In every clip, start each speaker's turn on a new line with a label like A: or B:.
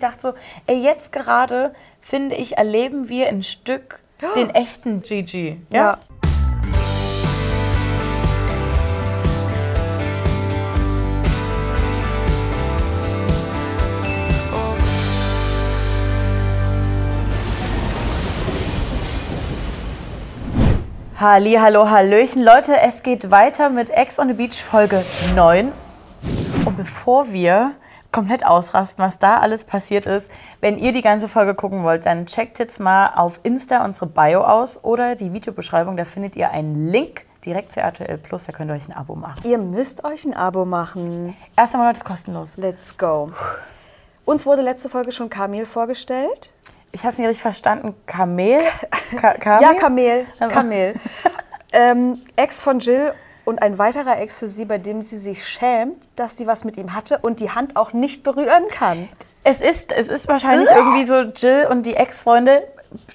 A: dachte so, ey, jetzt gerade, finde ich, erleben wir ein Stück den echten Gigi. Ja. Halli, hallo, hallöchen. Leute, es geht weiter mit Ex on the Beach Folge 9. Und bevor wir komplett ausrasten, was da alles passiert ist, wenn ihr die ganze Folge gucken wollt, dann checkt jetzt mal auf Insta unsere Bio aus oder die Videobeschreibung. Da findet ihr einen Link direkt zu RTL Plus. Da könnt ihr euch ein Abo machen.
B: Ihr müsst euch ein Abo machen.
A: Erst einmal, Leute, ist kostenlos.
B: Let's go. Uns wurde letzte Folge schon Kamel vorgestellt.
A: Ich habe es nicht richtig verstanden. Kamel? Ka Kamel?
B: Ja, Kamel. Kamel. ähm, Ex von Jill und ein weiterer Ex für sie, bei dem sie sich schämt, dass sie was mit ihm hatte und die Hand auch nicht berühren kann.
A: Es ist, es ist wahrscheinlich
B: Ah.
A: irgendwie so Jill und die Ex-Freunde.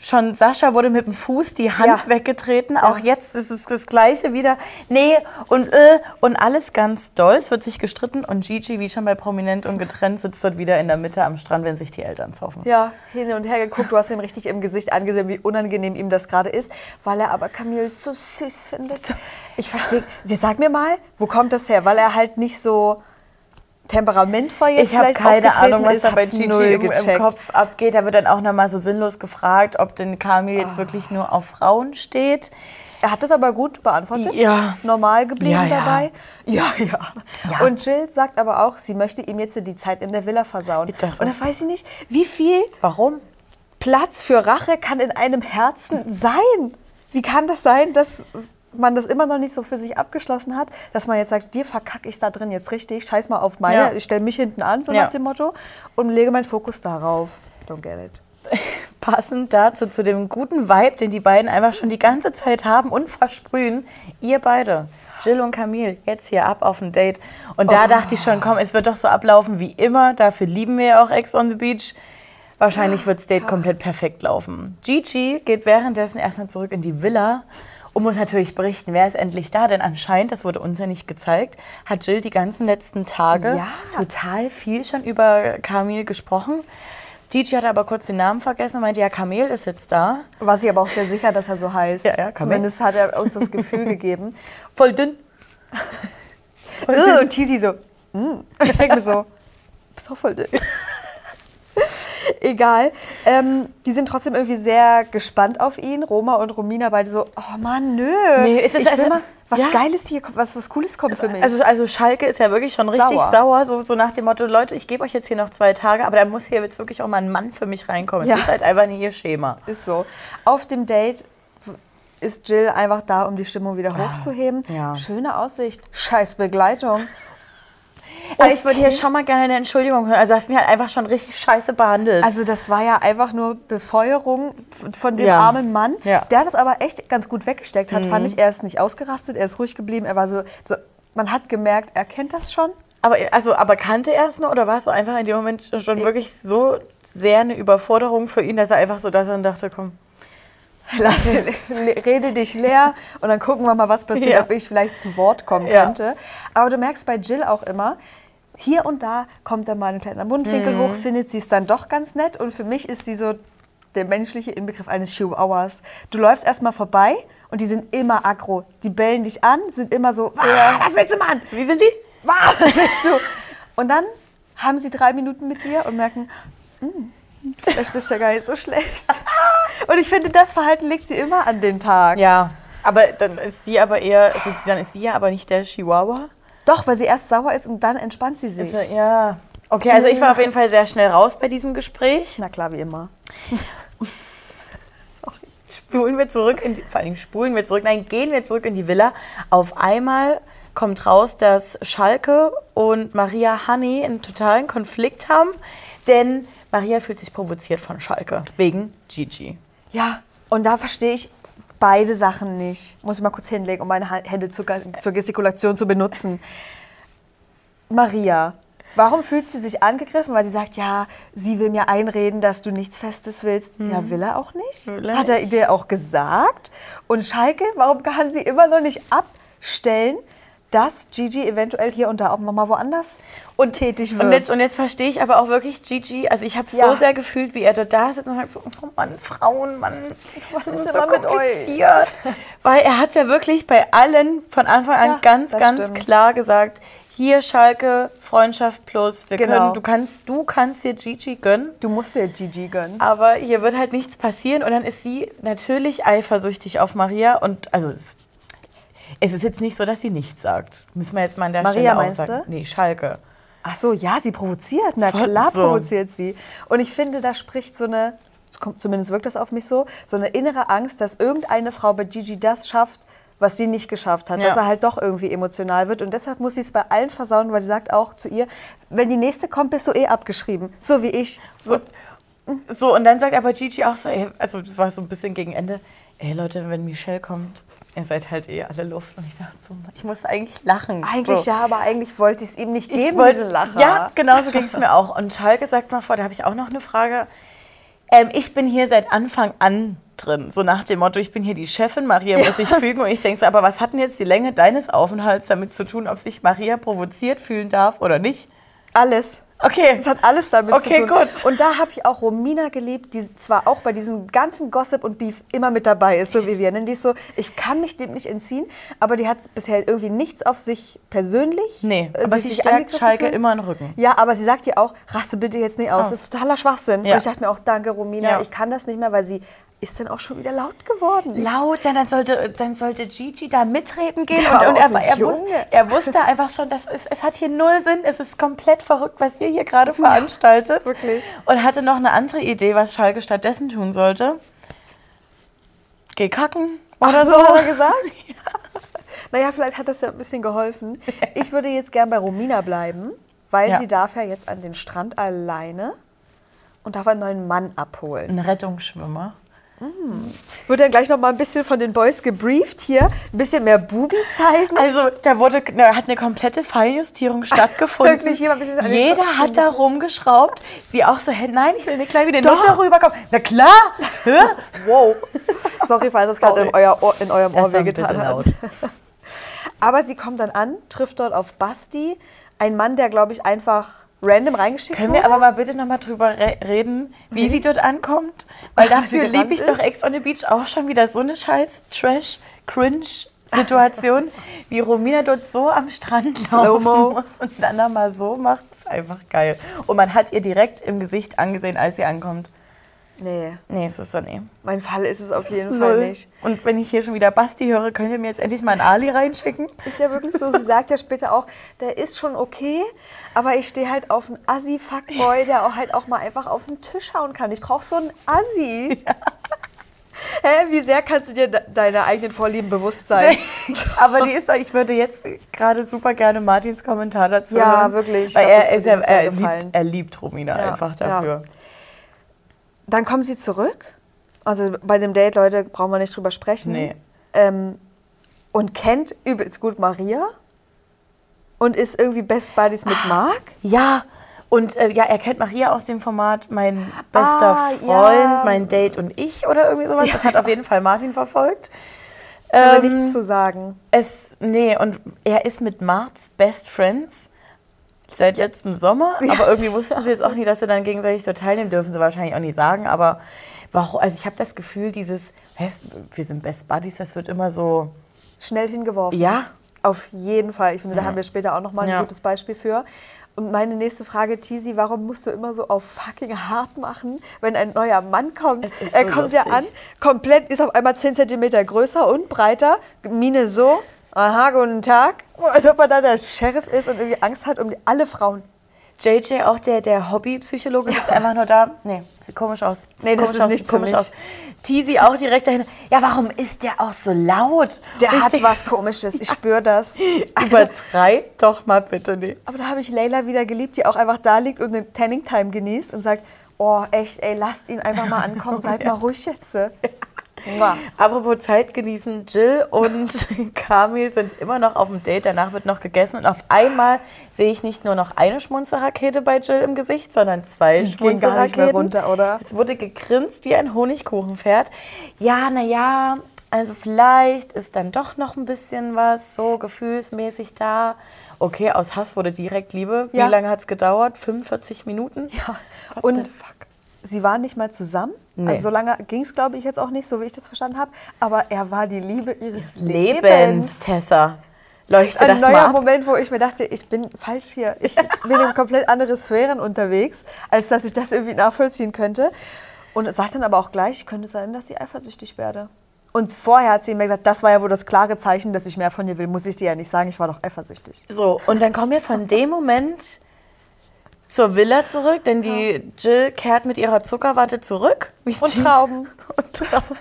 A: Schon Sascha wurde mit dem Fuß die Hand
B: Ja.
A: weggetreten. Auch jetzt ist es das Gleiche wieder. Nee und äh und alles ganz doll. Es wird sich gestritten und Gigi, wie schon bei Prominent und getrennt, sitzt dort wieder in der Mitte am Strand, wenn sich die Eltern zoffen.
B: Ja, hin und her geguckt. Du hast ihm richtig im Gesicht angesehen, wie unangenehm ihm das gerade ist, weil er aber Camille so süß findet. Ich verstehe. Sie sagt mir mal, wo kommt das her? Weil er halt nicht so temperamentvoll jetzt
A: Ich habe
B: vielleicht
A: keine
B: aufgetreten
A: Ahnung, was
B: ist,
A: da bei
B: hab's null
A: Gigi im, im
B: gecheckt.
A: Kopf abgeht. Da wird dann auch nochmal so sinnlos gefragt, ob denn Kamil jetzt
B: Ah.
A: wirklich nur auf Frauen steht.
B: Er hat das aber gut beantwortet.
A: Ja.
B: Normal geblieben
A: Ja, ja.
B: dabei. Ja, ja,
A: Ja.
B: Und Jill sagt aber auch, sie möchte ihm jetzt die Zeit in der Villa versauen.
A: Das-
B: und da weiß ich nicht, wie viel
A: Warum?
B: Platz für Rache kann in einem Herzen sein? Wie kann das sein, dass man das immer noch nicht so für sich abgeschlossen hat, dass man jetzt sagt, dir verkack ich da drin jetzt richtig, scheiß mal auf meine,
A: Ja.
B: ich stelle mich hinten an, so
A: Ja.
B: nach dem Motto, und lege meinen Fokus darauf. Don't get it.
A: passend dazu, zu dem guten Vibe, den die beiden einfach schon die ganze Zeit haben und versprühen, ihr beide, Jill und Camille, jetzt hier ab auf ein Date. Und da dachte ich schon, komm, es wird doch so ablaufen wie immer. Dafür lieben wir ja auch Ex on the Beach. Wahrscheinlich wird's Date komplett perfekt laufen. Gigi geht währenddessen erstmal zurück in die Villa und muss natürlich berichten, wer ist endlich da. Denn anscheinend, das wurde uns ja nicht gezeigt, hat Jill die ganzen letzten Tage
B: Ja.
A: Ah. total viel schon über Camille gesprochen. Gigi hatte aber kurz den Namen vergessen und meinte, ja, Kamel ist jetzt da.
B: War sie aber auch sehr sicher, dass er so heißt.
A: Ja, ja, kann man.
B: Zumindest hat er uns das Gefühl gegeben.
A: Voll dünn.
B: Und, und Tizi so, mm. ich denke mir so, bist auch voll dünn. Egal. Ähm, die sind trotzdem irgendwie sehr gespannt auf ihn. Roma und Romina beide so, oh Mann, nö.
A: Nee, es ist
B: ich will
A: einfach-
B: mal, was
A: Ja.
B: Geiles hier, kommt, was, was Cooles kommt für mich.
A: Also, also Schalke ist ja wirklich schon richtig
B: Sauer.
A: sauer, so, so nach dem Motto, Leute, ich gebe euch jetzt hier noch zwei Tage, aber da muss hier jetzt wirklich auch mal ein Mann für mich reinkommen.
B: Ja.
A: Das ist halt einfach nicht ihr Schema.
B: Ist so. Auf dem Date ist Jill einfach da, um die Stimmung wieder hochzuheben.
A: Ah, ja.
B: Schöne Aussicht, scheiß Begleitung. Also
A: Aber Also ich würde hier
B: Okay.
A: schon mal gerne eine Entschuldigung hören. Also hast mich halt einfach schon richtig scheiße behandelt.
B: Also das war ja einfach nur Befeuerung f- von dem
A: Ja.
B: armen Mann,
A: Ja. Mhm.
B: der das aber echt ganz gut weggesteckt hat, fand ich. Er ist nicht ausgerastet, er ist ruhig geblieben, er war so, so man hat gemerkt, er kennt das schon.
A: aber, also, aber kannte er es nur oder war es so einfach in dem Moment schon wirklich so sehr eine Überforderung für ihn, dass er einfach so da saß und dachte, komm.
B: Lass, le- rede dich leer und dann gucken wir mal, was passiert,
A: Ja.
B: ob ich vielleicht zu Wort kommen
A: Ja.
B: könnte. Aber du merkst bei Jill auch immer, hier und da kommt dann mal ein kleiner Mundwinkel
A: Mhm.
B: hoch, findet sie es dann doch ganz nett und für mich ist sie so der menschliche Inbegriff eines Chihuahuas. Du läufst erstmal vorbei und die sind immer aggro. Die bellen dich an, sind immer so, "Ah, was willst du machen?
A: Wie sind die?
B: Ah, Was willst du? Und dann haben sie drei Minuten mit dir und merken, "Hm, vielleicht bist du ja gar nicht so schlecht. Und ich finde, das Verhalten legt sie immer an den Tag.
A: Ja, aber dann ist sie aber eher, also dann ist sie ja aber nicht der Chihuahua.
B: Doch, weil sie erst sauer ist und dann entspannt sie sich.
A: Also, ja. Okay, also ich war auf jeden Fall sehr schnell raus bei diesem Gespräch.
B: Na klar, wie immer.
A: Spulen wir zurück, in die, vor allem spulen wir zurück, nein, gehen wir zurück in die Villa. Auf einmal kommt raus, dass Schalke und Maria Honey einen totalen Konflikt haben, denn Maria fühlt sich provoziert von Schalke wegen Gigi.
B: Ja, und da verstehe ich beide Sachen nicht. Muss ich mal kurz hinlegen, um meine Ha- Hände zur, Ga- zur Gestikulation zu benutzen. Maria, warum fühlt sie sich angegriffen? Weil sie sagt, ja, sie will mir einreden, dass du nichts Festes willst. Ja, will er auch nicht.
A: Mhm. Will er
B: Hat er dir auch gesagt? Und Schalke, warum kann sie immer noch nicht abstellen, dass Gigi eventuell hier und da auch nochmal woanders untätig wird.
A: Und jetzt, und jetzt verstehe ich aber auch wirklich Gigi, also ich habe es
B: Ja.
A: so sehr gefühlt, wie er da, da sitzt und sagt so, oh Mann, Frauen, Mann, was
B: ist
A: ist so
B: immer mit euch?
A: kompliziert. Weil er hat ja wirklich bei allen von Anfang an
B: Ja,
A: ganz,
B: das
A: ganz
B: stimmt.
A: klar gesagt, hier Schalke, Freundschaft plus, wir
B: Genau.
A: können, du kannst, du kannst dir Gigi gönnen.
B: du musst dir Gigi gönnen.
A: Aber hier wird halt nichts passieren und dann ist sie natürlich eifersüchtig auf Maria und also es, es ist jetzt nicht so, dass sie nichts sagt. Müssen wir jetzt mal an der
B: Maria
A: Stelle auch
B: meinst
A: sagen. Nee, Schalke.
B: Ach so, ja, sie provoziert. Na
A: Voll
B: klar
A: so.
B: provoziert sie. Und ich finde, da spricht so eine, es kommt- zumindest wirkt das auf mich so, so eine innere Angst, dass irgendeine Frau bei Gigi das schafft, was sie nicht geschafft hat.
A: Ja.
B: Dass er halt doch irgendwie emotional wird. Und deshalb muss sie es bei allen versauen, weil sie sagt auch zu ihr, wenn die nächste kommt, bist du eh abgeschrieben. So wie ich. So,
A: So, und dann sagt aber Gigi auch so, ey, also das war so ein bisschen gegen Ende, ey Leute, wenn Michelle kommt, ihr seid halt eh alle Luft. Und ich dachte so, ich muss eigentlich lachen.
B: eigentlich
A: so.
B: ja, aber eigentlich wollte ich es ihm nicht geben,
A: wollte-
B: diese Lacher.
A: Ja, genau so ging es mir auch. Und Schalke sagt mal vor, da habe ich auch noch eine Frage. Ähm, ich bin hier seit Anfang an drin, so nach dem Motto, ich bin hier die Chefin, Maria muss sich fügen. Und ich denke so, aber was hat denn jetzt die Länge deines Aufenthalts damit zu tun, ob sich Maria provoziert fühlen darf oder nicht?
B: Alles.
A: Okay,
B: Es hat alles damit
A: Okay,
B: zu tun.
A: gut.
B: Und da habe ich auch Romina geliebt, die zwar auch bei diesem ganzen Gossip und Beef immer mit dabei ist, so wie wir nennen die ist so, ich kann mich dem nicht entziehen, aber die hat bisher irgendwie nichts auf sich persönlich.
A: nee,
B: äh,
A: aber
B: sich-
A: sie
B: sich
A: stärkt
B: angegriffen
A: Schalke
B: fühlt.
A: immer im Rücken.
B: Ja, aber sie sagt ja auch, raste bitte jetzt nicht aus.
A: Ah.
B: Das ist totaler Schwachsinn.
A: Ja.
B: Und ich dachte mir auch, danke Romina,
A: Ja.
B: ich kann das nicht mehr, weil sie ist dann auch schon wieder laut geworden.
A: laut, ja, dann sollte, dann sollte Gigi da mitreden gehen.
B: Der
A: und
B: war
A: und
B: auch
A: er,
B: so
A: war- er,
B: jung.
A: wus- er wusste einfach schon, dass es, es hat hier null Sinn, es ist komplett verrückt, was ihr hier gerade veranstaltet.
B: wirklich.
A: Und hatte noch eine andere Idee, was Schalke stattdessen tun sollte. Geh kacken oder
B: Ach so,
A: so.
B: hat er gesagt? Naja, vielleicht hat das ja ein bisschen geholfen. Ich würde jetzt gern bei Romina bleiben, weil
A: Ja.
B: sie darf ja jetzt an den Strand alleine und darf einen neuen Mann abholen.
A: Ein Rettungsschwimmer.
B: Wird dann gleich noch mal ein bisschen von den Boys gebrieft hier, ein bisschen mehr Bubi zeigen.
A: Also da wurde, da hat eine komplette Feinjustierung stattgefunden.
B: Wirklich, jemand ist jetzt an den
A: Jeder
B: Sch-
A: hat da rumgeschraubt. Sie auch so, hä, nein, ich will nicht gleich wieder in die
B: Doch. Oh,
A: Mutter rüberkommen. Na klar. Hä?
B: Wow. Sorry, falls das gerade in,
A: Sorry.
B: euer Ohr, in eurem
A: Das
B: Ohr
A: war ein
B: wehgetan
A: bisschen
B: hat.
A: laut.
B: Aber sie kommt dann an, trifft dort auf Basti, ein Mann, der, glaube ich, einfach random reingeschickt
A: Können
B: wurde.
A: wir aber mal bitte nochmal drüber re reden, wie sie dort ankommt? Weil
B: Mhm. sie
A: dafür
B: gerannt
A: liebe ich
B: ist?
A: doch Ex on the Beach auch schon wieder so eine scheiß Trash, Cringe. Situation, wie Romina dort so am Strand laufen
B: Slow-mo.
A: muss und dann nochmal so macht, ist einfach geil. Und man hat ihr direkt im Gesicht angesehen, als sie ankommt.
B: Nee,
A: Nee, es ist so nee.
B: mein Fall ist es auf jeden Fall
A: Null.
B: nicht.
A: Und wenn ich hier schon wieder Basti höre, könnt ihr mir jetzt endlich mal einen Ali reinschicken?
B: Ist ja wirklich so. Sie sagt ja später auch, der ist schon okay, aber ich stehe halt auf einen Assi-Fuckboy, der auch halt auch mal einfach auf den Tisch hauen kann. Ich brauche so einen Assi. Hä, wie sehr kannst du dir de deine eigenen Vorlieben bewusst sein?
A: Aber die ist, ich würde jetzt gerade super gerne Martins Kommentar dazu
B: Ja,
A: hören.
B: wirklich. Ich
A: Weil
B: glaub,
A: er,
B: das
A: ist ja,
B: würde ihm sehr
A: er,
B: gefallen.
A: liebt, er liebt Romina
B: Ja,
A: einfach
B: ja.
A: dafür.
B: Dann kommen sie zurück. Also bei dem Date, Leute, brauchen wir nicht drüber sprechen.
A: Nee.
B: Ähm, und kennt übelst gut Maria und ist irgendwie Best Buddies mit
A: Ah.
B: Marc.
A: Ja, und äh, ja, er kennt Maria aus dem Format Mein bester
B: Ah,
A: Freund,
B: ja.
A: mein Date und ich oder irgendwie sowas. Das hat auf jeden Fall Martin verfolgt.
B: Aber
A: Ähm,
B: nichts zu sagen.
A: Es, nee, und er ist mit Marts Best Friends seit letztem Sommer, aber irgendwie wussten sie jetzt auch nie, dass sie dann gegenseitig dort teilnehmen dürfen, sie wahrscheinlich auch nicht sagen, aber warum, also ich habe das Gefühl, dieses, Best- wir sind Best Buddies, das wird immer so,
B: Schnell hingeworfen.
A: ja,
B: Auf jeden Fall. Ich finde, da haben wir später auch nochmal ein
A: Ja.
B: gutes Beispiel für. Und meine nächste Frage, Tisi, warum musst du immer so auf fucking hart machen, wenn ein neuer Mann kommt?
A: Es ist
B: er
A: so
B: kommt ja
A: lustig.
B: an, komplett, ist auf einmal 10 cm größer und breiter, Mine so, aha, guten Tag. So, Als ob er da der Sheriff ist und irgendwie Angst hat um die, alle Frauen.
A: JJ, auch der, der Hobbypsychologe, sitzt einfach nur da. Nee, sieht komisch aus. Sieht
B: Nee, das
A: komisch
B: ist
A: aus,
B: nichts
A: sieht
B: für
A: komisch
B: mich.
A: aus. Tizi auch direkt dahin. Ja, warum ist der auch so laut?
B: Der
A: Und ich
B: hat
A: denk,
B: was Komisches, ich spüre das. Alter,
A: Übertreib doch mal bitte nicht.
B: Aber da habe ich Leila wieder geliebt, die auch einfach da liegt und den Tanning Time genießt und sagt, oh echt, ey, lasst ihn einfach mal ankommen, seid mal ruhig jetzt. Mua.
A: Apropos Zeit genießen, Jill und Kamil sind immer noch auf dem Date, danach wird noch gegessen und auf einmal sehe ich nicht nur noch eine Schmunzelrakete bei Jill im Gesicht, sondern zwei
B: Die gehen gar nicht mehr
A: Schmunzelraketen.
B: runter, oder?
A: Es wurde gegrinst wie ein Honigkuchenpferd. Ja, naja, also vielleicht ist dann doch noch ein bisschen was so gefühlsmäßig da. Okay, aus Hass wurde direkt Liebe.
B: Ja.
A: Wie lange hat es gedauert? 45 Minuten?
B: Ja.
A: What
B: Und
A: the fuck?
B: sie waren nicht mal zusammen.
A: Nee.
B: Also so lange ging es, glaube ich, jetzt auch nicht, so wie ich das verstanden habe. Aber er war die Liebe ihres Lebens.
A: Lebens, Tessa. Leuchte
B: Ein
A: das
B: neuer
A: mal ab.
B: Moment, wo ich mir dachte, ich bin falsch hier. Ich bin in komplett andere Sphären unterwegs, als dass ich das irgendwie nachvollziehen könnte. Und sagt dann aber auch gleich, könnte sein, dass ich eifersüchtig werde. Und vorher hat sie mir gesagt, das war ja wohl das klare Zeichen, dass ich mehr von dir will. Muss ich dir ja nicht sagen, ich war doch eifersüchtig.
A: So, und dann kommen wir von dem Moment zur Villa zurück, denn die Jill kehrt mit ihrer Zuckerwatte zurück.
B: Und Trauben.
A: Und Trauben.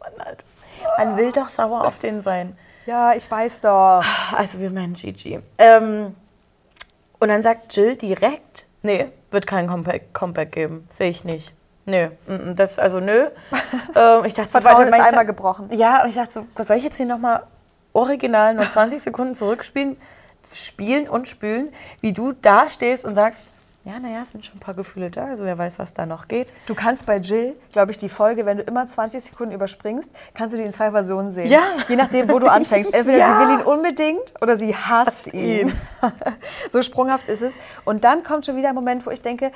A: Mann, Alter. Man will doch sauer auf den sein.
B: Ja, ich weiß doch.
A: Also wir meinen Gigi. Ähm, und dann sagt Jill direkt, nee, wird kein Comeback, Comeback geben. Sehe ich nicht. Nö, mm, mm, das, also nö. ähm, ich dachte, so,
B: Vertrauen
A: warte,
B: ist
A: meinst du-
B: einmal gebrochen.
A: Ja, und ich dachte so, soll ich jetzt hier nochmal original nur 20 Sekunden zurückspielen, spielen und spülen, wie du da stehst und sagst, ja, naja, es sind schon ein paar Gefühle da, also wer weiß, was da noch geht.
B: Du kannst bei Jill, glaube ich, die Folge, wenn du immer 20 Sekunden überspringst, kannst du die in zwei Versionen sehen.
A: Ja.
B: Je nachdem, wo du anfängst. Entweder
A: Ja.
B: sie will ihn unbedingt oder sie hasst ihn.
A: ihn.
B: so sprunghaft ist es. Und dann kommt schon wieder ein Moment, wo ich denke,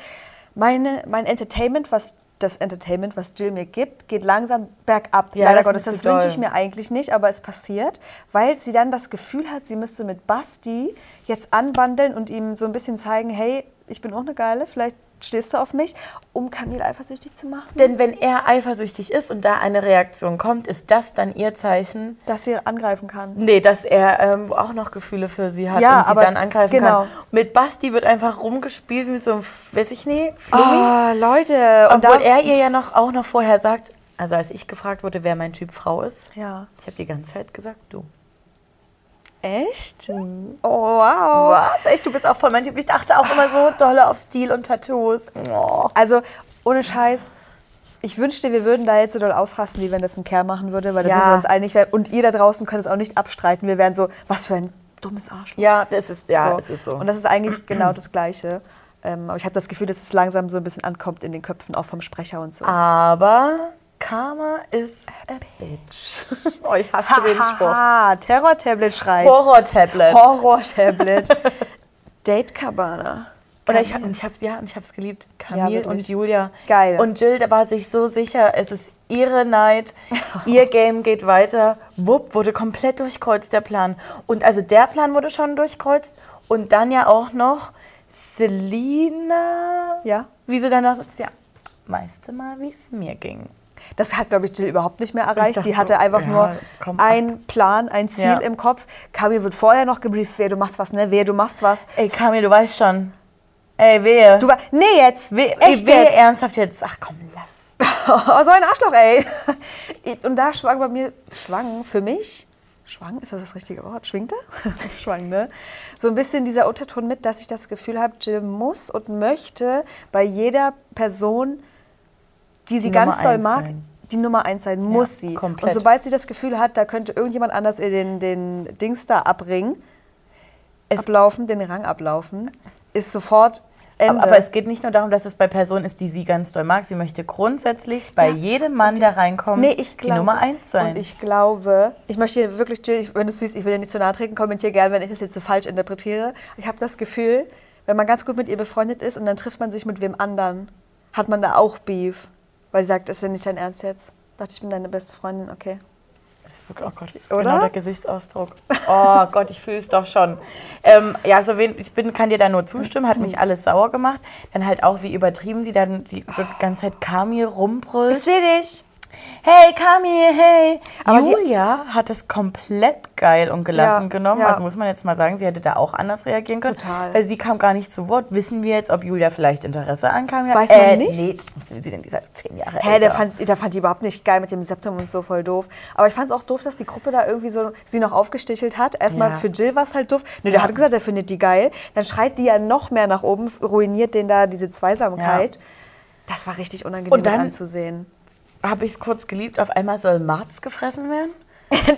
B: meine, mein Entertainment, was das Entertainment, was Jill mir gibt, geht langsam bergab.
A: Ja,
B: Leider
A: das ist
B: Gottes, das
A: zu
B: wünsche ich
A: doll.
B: mir eigentlich nicht, aber es passiert, weil sie dann das Gefühl hat, sie müsste mit Basti jetzt anwandeln und ihm so ein bisschen zeigen, hey, ich bin auch eine Geile, vielleicht stehst du auf mich, um Camille eifersüchtig zu machen,
A: Denn wenn er eifersüchtig ist und da eine Reaktion kommt, ist das dann ihr Zeichen,
B: dass sie angreifen kann.
A: Nee, dass er ähm, auch noch Gefühle für sie hat
B: Ja,
A: und sie
B: aber
A: dann angreifen
B: genau.
A: kann. Mit Basti wird einfach rumgespielt mit so einem, F- weiß ich nicht, Flummi.
B: Ah, Leute. Und
A: Obwohl
B: da,
A: er ihr ja noch, auch noch vorher sagt, also als ich gefragt wurde, wer mein Typ Frau ist,
B: ja.
A: ich habe die ganze Zeit gesagt, du.
B: Echt? Oh, wow.
A: Was? Echt, du bist auch voll mein Typ. Ich dachte auch immer so dolle auf Stil und Tattoos. Oh.
B: Also, ohne Scheiß. Ich wünschte, wir würden da jetzt so doll ausrasten, wie wenn das ein Kerl machen würde, weil da
A: Ja.
B: sind wir uns einig. weil- Und ihr da draußen könnt es auch nicht abstreiten. Wir wären so, was für ein dummes Arschloch.
A: Ja, es ist, ja,
B: so.
A: es ist so.
B: Und das ist eigentlich genau das Gleiche. Ähm, aber ich habe das Gefühl, dass es langsam so ein bisschen ankommt in den Köpfen, auch vom Sprecher und so.
A: Ah, aber Karma ist a bitch. Oh, ich hasse den Spruch.
B: Haha, Terror-Tablet schreit.
A: Horror-Tablet.
B: Horror-Tablet. Date Cabana.
A: Oder ich, und ich hab's, ja, und ich hab's geliebt. Camille
B: wirklich.
A: und Julia.
B: Geil.
A: Und Jill da war sich so sicher, es ist ihre Night, ihr Game geht weiter. Wupp, wurde komplett durchkreuzt, der Plan. Und also der Plan wurde schon durchkreuzt. Und dann ja auch noch Selina.
B: Ja.
A: Wie sie danach sitzt, ja. Meiste mal, wie es mir ging.
B: Das hat, glaube ich, Jill überhaupt nicht mehr
A: Ich
B: erreicht.
A: dachte
B: Die hatte
A: so,
B: einfach
A: ja,
B: nur
A: komm ab.
B: einen Plan, ein Ziel
A: Ja.
B: im Kopf. Camille wird vorher noch gebrieft, wer du machst was, ne? Wer du machst was.
A: Ey, Camille, du weißt schon. Ey, wehe.
B: Du war, nee, jetzt.
A: We
B: Echt
A: ey, wehe,
B: jetzt.
A: ernsthaft jetzt. Ach komm, lass.
B: Oh, so ein Arschloch, ey. Und da schwang bei mir, schwang für mich, schwang, ist das das richtige Wort? Schwingte? schwang, ne? So ein bisschen dieser Unterton mit, dass ich das Gefühl habe, Jill muss und möchte bei jeder Person, die sie
A: Die Nummer
B: ganz doll
A: eins
B: mag,
A: sein.
B: die Nummer eins sein, muss sie.
A: komplett.
B: Und sobald sie das Gefühl hat, da könnte irgendjemand anders ihr den, den Dings da abbringen,
A: Es-
B: ablaufen, den Rang ablaufen, ist sofort Ende.
A: Aber, aber es geht nicht nur darum, dass es bei Personen ist, die sie ganz doll mag. Sie möchte grundsätzlich bei jedem Mann, der reinkommt,
B: Nee, ich
A: die
B: glaube,
A: Nummer eins sein.
B: Und ich glaube, ich möchte hier wirklich, Jill, ich- wenn du siehst, ich will dir nicht zu nahe treten, kommentiere gerne, wenn ich das jetzt so falsch interpretiere. Ich habe das Gefühl, wenn man ganz gut mit ihr befreundet ist und dann trifft man sich mit wem anderen, hat man da auch Beef. Weil sie sagt, ist ja nicht dein Ernst jetzt. Dachte ich bin deine beste Freundin, okay.
A: das ist wirklich, oh Gott, das ist
B: Oder?
A: genau der Gesichtsausdruck. Oh Gott, ich fühle es doch schon. Ähm, ja, also wen, ich bin, kann dir da nur zustimmen, hat
B: Mhm.
A: mich alles sauer gemacht. Dann halt auch, wie übertrieben sie dann die, die ganze Zeit Kamil rumbrüllt.
B: sehe dich.
A: Hey Camille, hey.
B: Aber die-
A: Julia hat es komplett geil und gelassen
B: Ja,
A: genommen.
B: ja.
A: Also muss man jetzt mal sagen, sie hätte da auch anders reagieren können.
B: Total.
A: Weil sie kam gar nicht zu Wort. Wissen wir jetzt, ob Julia vielleicht Interesse an Camille hat?
B: Weiß man nicht.
A: Nee, was will sie denn? Die ist halt zehn Jahre
B: Hä,
A: älter.
B: der fand, der fand die überhaupt nicht geil mit dem Septum und so voll doof. Aber ich fand es auch doof, dass die Gruppe da irgendwie so sie noch aufgestichelt hat. Erstmal
A: Ja.
B: für Jill war es halt doof. Ne, der hat gesagt, er findet die geil. Dann schreit die ja noch mehr nach oben, ruiniert den da diese Zweisamkeit. Das war richtig unangenehm
A: Und dann-
B: anzusehen.
A: Habe ich es kurz geliebt, auf einmal soll Marz gefressen werden?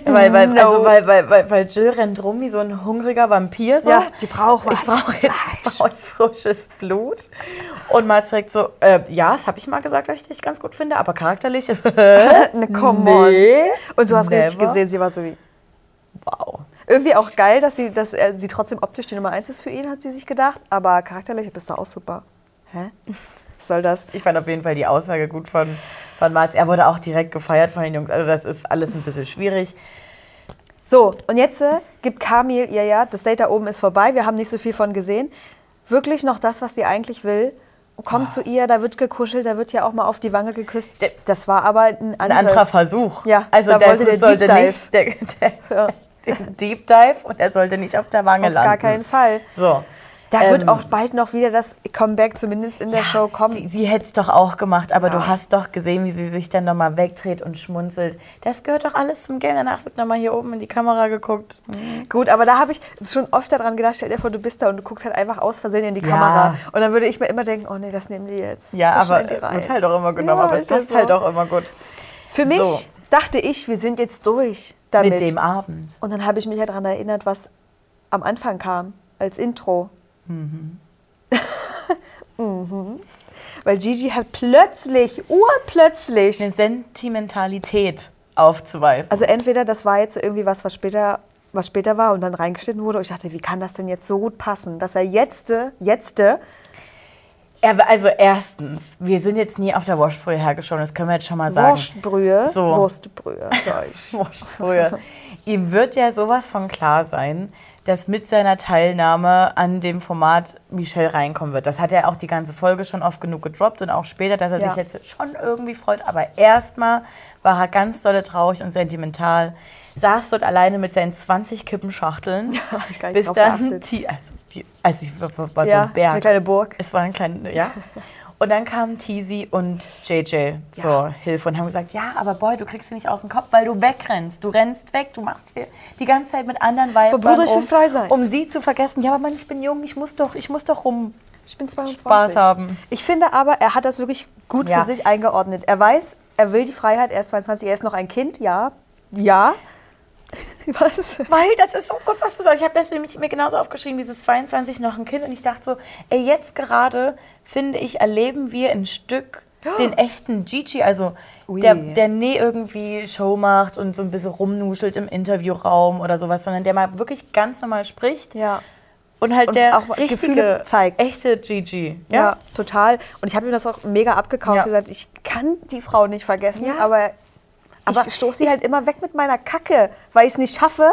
A: Weil, weil,
B: No.
A: also, weil, weil, weil, weil Jill rennt rum wie so ein hungriger Vampir. So.
B: Ja, die braucht
A: Ich
B: was.
A: brauche jetzt, brauch jetzt frisches Blut. Und mal direkt so, äh, ja, das habe ich mal gesagt, dass ich dich ganz gut finde, aber charakterlich.
B: Ne, come on.
A: Äh? Nee,
B: Und so hast du richtig
A: never.
B: gesehen, sie war so wie.
A: wow.
B: Irgendwie auch geil, dass sie, dass er, sie trotzdem optisch die Nummer eins ist für ihn, hat sie sich gedacht. Aber charakterlich bist du auch super. Hä? Was soll das?
A: Ich fand auf jeden Fall die Aussage gut von, von Marz. Er wurde auch direkt gefeiert von den Jungs. Also das ist alles ein bisschen schwierig.
B: So, und jetzt äh, gibt Kamil ihr ja, das Date da oben ist vorbei, wir haben nicht so viel von gesehen, wirklich noch das, was sie eigentlich will. Und kommt
A: Ah.
B: zu ihr, da wird gekuschelt, da wird ja auch mal auf die Wange geküsst. Das war aber ein,
A: Ein anderer Versuch.
B: Ja,
A: also
B: da
A: der
B: wollte
A: Kuss
B: der Deep
A: sollte
B: Dive.
A: nicht der, der, der
B: Ja.
A: Deep Dive und er sollte nicht auf der Wange
B: Auf
A: landen.
B: gar keinen Fall.
A: So.
B: Da
A: Ähm,
B: wird auch bald noch wieder das Comeback, zumindest in der Show, kommen.
A: Die, sie hätte es doch auch gemacht, aber
B: Ja.
A: du hast doch gesehen, wie sie sich dann nochmal wegdreht und schmunzelt. Das gehört doch alles zum Game. Danach wird nochmal hier oben in die Kamera geguckt.
B: Gut, aber da habe ich schon oft daran gedacht, stell dir vor, du bist da und du guckst halt einfach aus Versehen in die Kamera. Und dann würde ich mir immer denken, oh nee, das nehmen die jetzt.
A: Ja,
B: das
A: aber
B: schneiden die
A: äh,
B: rein.
A: wird halt auch immer genommen.
B: Ja,
A: aber es
B: ist ja
A: passt halt
B: so.
A: auch immer gut.
B: Für mich
A: So.
B: dachte ich, wir sind jetzt durch damit.
A: Mit dem Abend.
B: Und dann habe ich mich ja daran erinnert, was am Anfang kam, als Intro. Mhm. Weil Gigi hat plötzlich, urplötzlich,
A: Eine Sentimentalität aufzuweisen.
B: also entweder das war jetzt irgendwie was, was später, was später war und dann reingeschnitten wurde. Und ich dachte, wie kann das denn jetzt so gut passen, dass er jetzt, jetzt,
A: Er, also erstens, wir sind jetzt nie auf der Waschbrühe hergeschoben, das können wir jetzt schon mal sagen.
B: Wurstbrühe,
A: So.
B: Wurstbrühe, sag ich.
A: Waschbrühe. Ihm wird ja sowas von klar sein, dass mit seiner Teilnahme an dem Format Michelle reinkommen wird. Das hat er auch die ganze Folge schon oft genug gedroppt und auch später, dass er
B: Ja.
A: sich jetzt schon irgendwie freut. Aber erstmal war er ganz dolle traurig und sentimental, saß dort alleine mit seinen 20 Kippenschachteln,
B: hab ich gar nicht
A: bis
B: drauf
A: dann
B: geachtet.
A: die, also, die, also ich war, war war so
B: ja,
A: ein Berg.
B: eine kleine Burg.
A: Es war ein kleiner, ja. Und dann kamen Teasy und JJ zur Hilfe und haben gesagt, ja, aber Boy, du kriegst sie nicht aus dem Kopf, weil du wegrennst. Du rennst weg, du machst hier die ganze Zeit mit anderen Weibern
B: Bruder, ich will
A: um,
B: frei sein.
A: um sie zu vergessen. Ja, aber Mann, ich bin jung, ich muss doch, ich muss doch rum.
B: Ich bin 22.
A: Spaß haben.
B: Ich finde aber, er hat das wirklich gut
A: Ja.
B: für sich eingeordnet. Er weiß, er will die Freiheit, er ist 22, er ist noch ein Kind, ja. Ja. Was?
A: Weil das ist so gut, was du sagst. Ich habe das nämlich mir genauso aufgeschrieben, dieses 22 noch ein Kind. Und ich dachte so, ey, jetzt gerade, finde ich, erleben wir ein Stück den echten Gigi. Also
B: Ui.
A: der, der nie irgendwie Show macht und so ein bisschen rumnuschelt im Interviewraum oder sowas, sondern der mal wirklich ganz normal spricht.
B: Ja.
A: Und halt
B: Und
A: der
B: auch
A: richtige,
B: Gefühle zeigt.
A: echte Gigi.
B: Ja, total. Und ich habe ihm das auch mega abgekauft.
A: Ja.
B: gesagt, ich kann die Frau nicht vergessen,
A: Ja.
B: aber,
A: Aber
B: ich stoße sie halt immer weg mit meiner Kacke, weil ich es nicht schaffe,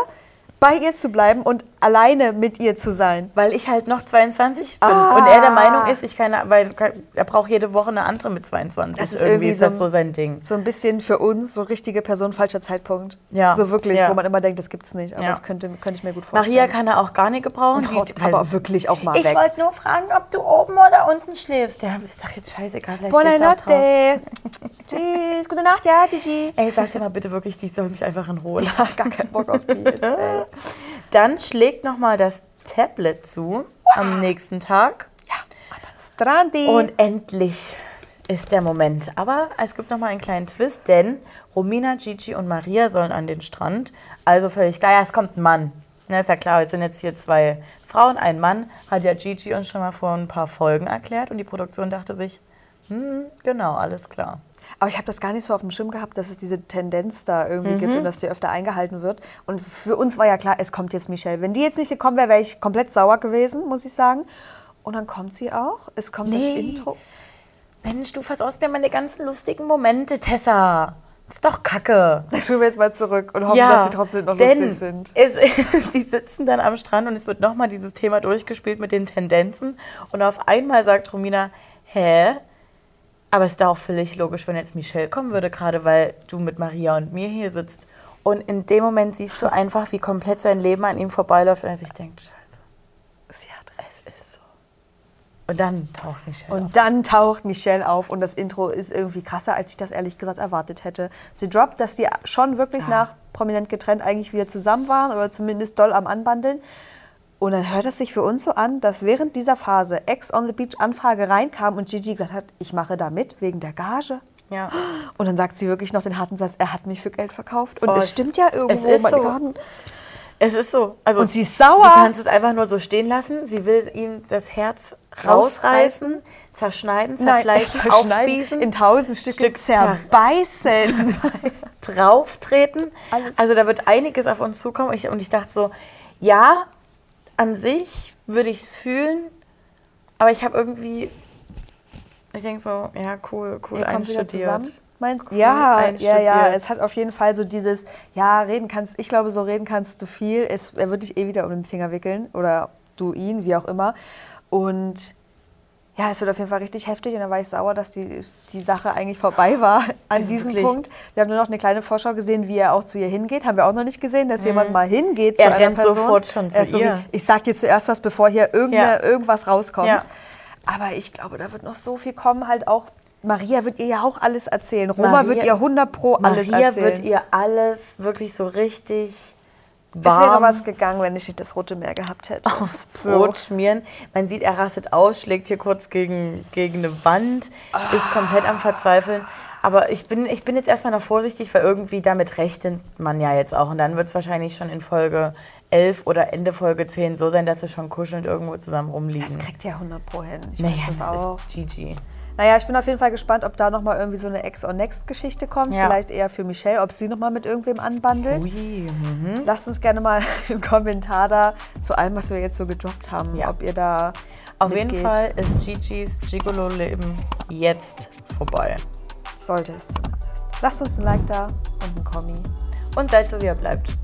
B: bei ihr zu bleiben und alleine mit ihr zu sein.
A: Weil ich halt noch 22 bin
B: Ah.
A: und er der Meinung ist, ich kann, weil er braucht jede Woche eine andere mit 22.
B: Das ist
A: irgendwie
B: irgendwie
A: ist das
B: so
A: so
B: ein-
A: sein Ding.
B: So ein bisschen für uns, so richtige Person, falscher Zeitpunkt.
A: Ja.
B: So wirklich,
A: Ja.
B: wo man immer denkt, das gibt's nicht. Aber
A: Ja.
B: das könnte, könnte ich mir gut vorstellen.
A: Maria kann er auch gar nicht gebrauchen.
B: Und
A: Die-
B: haut
A: weil-
B: aber wirklich auch mal
A: Ich
B: weg.
A: wollte nur fragen, ob du oben oder unten schläfst. Der ist doch jetzt scheißegal. Vielleicht
B: Buona
A: schläft er auch draußen.
B: notte. Tschüss, gute Nacht, ja, Gigi.
A: Ey, sag dir mal bitte wirklich, die soll mich einfach in Ruhe
B: Ich hab
A: lassen.
B: gar keinen Bock auf die jetzt, ey.
A: Dann schlägt nochmal das Tablet zu am nächsten Tag.
B: Strandi.
A: Und endlich ist der Moment. Aber es gibt nochmal einen kleinen Twist, denn Romina, Gigi und Maria sollen an den Strand. Also völlig klar, ja, es kommt ein Mann. Na, ist ja klar, jetzt sind jetzt hier zwei Frauen, ein Mann. Hat ja Gigi uns schon mal vor ein paar Folgen erklärt und die Produktion dachte sich, hm, genau, alles klar.
B: aber ich habe das gar nicht so auf dem Schirm gehabt, dass es diese Tendenz da irgendwie gibt und dass die öfter eingehalten wird. Und für uns war ja klar, es kommt jetzt Michelle. Wenn die jetzt nicht gekommen wäre, wäre ich komplett sauer gewesen, muss ich sagen. Und dann kommt sie auch. Es kommt das
A: Nee.
B: Intro.
A: Mensch, du versaust mir meine ganzen lustigen Momente, Tessa. Ist doch kacke.
B: Da schwimmen wir jetzt mal zurück und hoffen, dass sie trotzdem noch
A: denn
B: lustig sind.
A: Es ist, die sitzen dann am Strand und es wird nochmal dieses Thema durchgespielt mit den Tendenzen. Und auf einmal sagt Romina, hä? Aber es ist doch auch völlig logisch, wenn jetzt Michelle kommen würde, gerade weil du mit Maria und mir hier sitzt. Und in dem Moment siehst du einfach, wie komplett sein Leben an ihm vorbeiläuft und er sich denkt, scheiße,
B: Sie hat
A: es ist so. Und dann taucht Michelle auf.
B: Und dann taucht Michelle auf und das Intro ist irgendwie krasser, als ich das ehrlich gesagt erwartet hätte. Sie droppt, dass sie schon wirklich nach prominent getrennt eigentlich wieder zusammen waren oder zumindest doll am Anbandeln. Und dann hört es sich für uns so an, dass während dieser Phase Ex on the Beach Anfrage reinkam und Gigi gesagt hat, ich mache da mit wegen der Gage.
A: Ja.
B: Und dann sagt sie wirklich noch den harten Satz, er hat mich für Geld verkauft. Und
A: Oh,
B: es
A: es-
B: stimmt ja
A: es
B: irgendwo,
A: ist
B: mein
A: so.
B: Gott.
A: Es ist so. Also,
B: Und sie ist sauer.
A: Du kannst es einfach nur so stehen lassen. Sie will ihm das Herz rausreißen, zerschneiden, zerfleißen,
B: aufschneiden,
A: aufspießen,
B: in tausend Stücke
A: Stück zer-
B: zerbeißen.
A: drauftreten.
B: Alles.
A: Also da wird einiges auf uns zukommen. Ich, und ich dachte so, ja, an sich würde ich es fühlen, aber ich habe irgendwie, ich denke so, ja, cool, cool
B: Ihr kommt wieder
A: einstudiert.
B: zusammen. Meinst du?
A: Cool,
B: Ja, ja, ja.
A: einstudiert.
B: Es hat auf jeden Fall so dieses, ja, reden kannst, ich glaube, so reden kannst du viel. Es, er wird dich eh wieder um den Finger wickeln oder du ihn, wie auch immer. Und ja, es wird auf jeden Fall richtig heftig und dann war ich sauer, dass die, die Sache eigentlich vorbei war an
A: Also
B: diesem
A: wirklich.
B: Punkt. Wir haben nur noch eine kleine Vorschau gesehen, wie er auch zu ihr hingeht. Haben wir auch noch nicht gesehen, dass jemand mal hingeht
A: Mhm. Er
B: zu einer
A: rennt
B: Person.
A: sofort schon zu
B: Er ist so
A: ihr.
B: Wie, ich sag dir zuerst was, bevor hier irgendeine,
A: Ja.
B: irgendwas rauskommt.
A: Ja.
B: Aber ich glaube, da wird noch so viel kommen, halt auch. Maria wird ihr ja auch alles erzählen. Roma
A: Maria-
B: wird ihr 100 pro alles
A: Maria
B: erzählen.
A: wird ihr alles wirklich so richtig
B: es wäre
A: warm
B: was gegangen, wenn ich nicht das rote Meer gehabt hätte.
A: aufs Brot schmieren. Man sieht, er rastet aus, schlägt hier kurz gegen, gegen eine Wand, ist komplett am Verzweifeln. Aber ich bin, ich bin jetzt erstmal noch vorsichtig, weil irgendwie damit rechnet man ja jetzt auch. Und dann wird es wahrscheinlich schon in Folge 11 oder Ende Folge 10 so sein, dass sie schon kuschelnd irgendwo zusammen rumliegen.
B: Das kriegt ihr 100 pro hin. Ich
A: Mhm. naja,
B: weiß das,
A: das
B: auch.
A: ist Gigi.
B: Naja, ich bin auf jeden Fall gespannt, ob da nochmal irgendwie so eine Ex-on-Next-Geschichte kommt.
A: Ja.
B: Vielleicht eher für Michelle, ob sie nochmal mit irgendwem anbandelt.
A: Ui.
B: Lasst uns gerne mal einen Kommentar da zu allem, was wir jetzt so gedroppt haben.
A: Ja.
B: Ob ihr da
A: Auf
B: mitgeht.
A: jeden Fall ist Gigi's Gigolo-Leben jetzt vorbei.
B: Sollte es zumindest. Lasst uns ein Like da und ein Kommi.
A: Und seid so, wie ihr bleibt.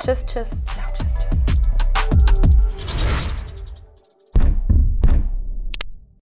A: Tschüss, tschüss. Ciao.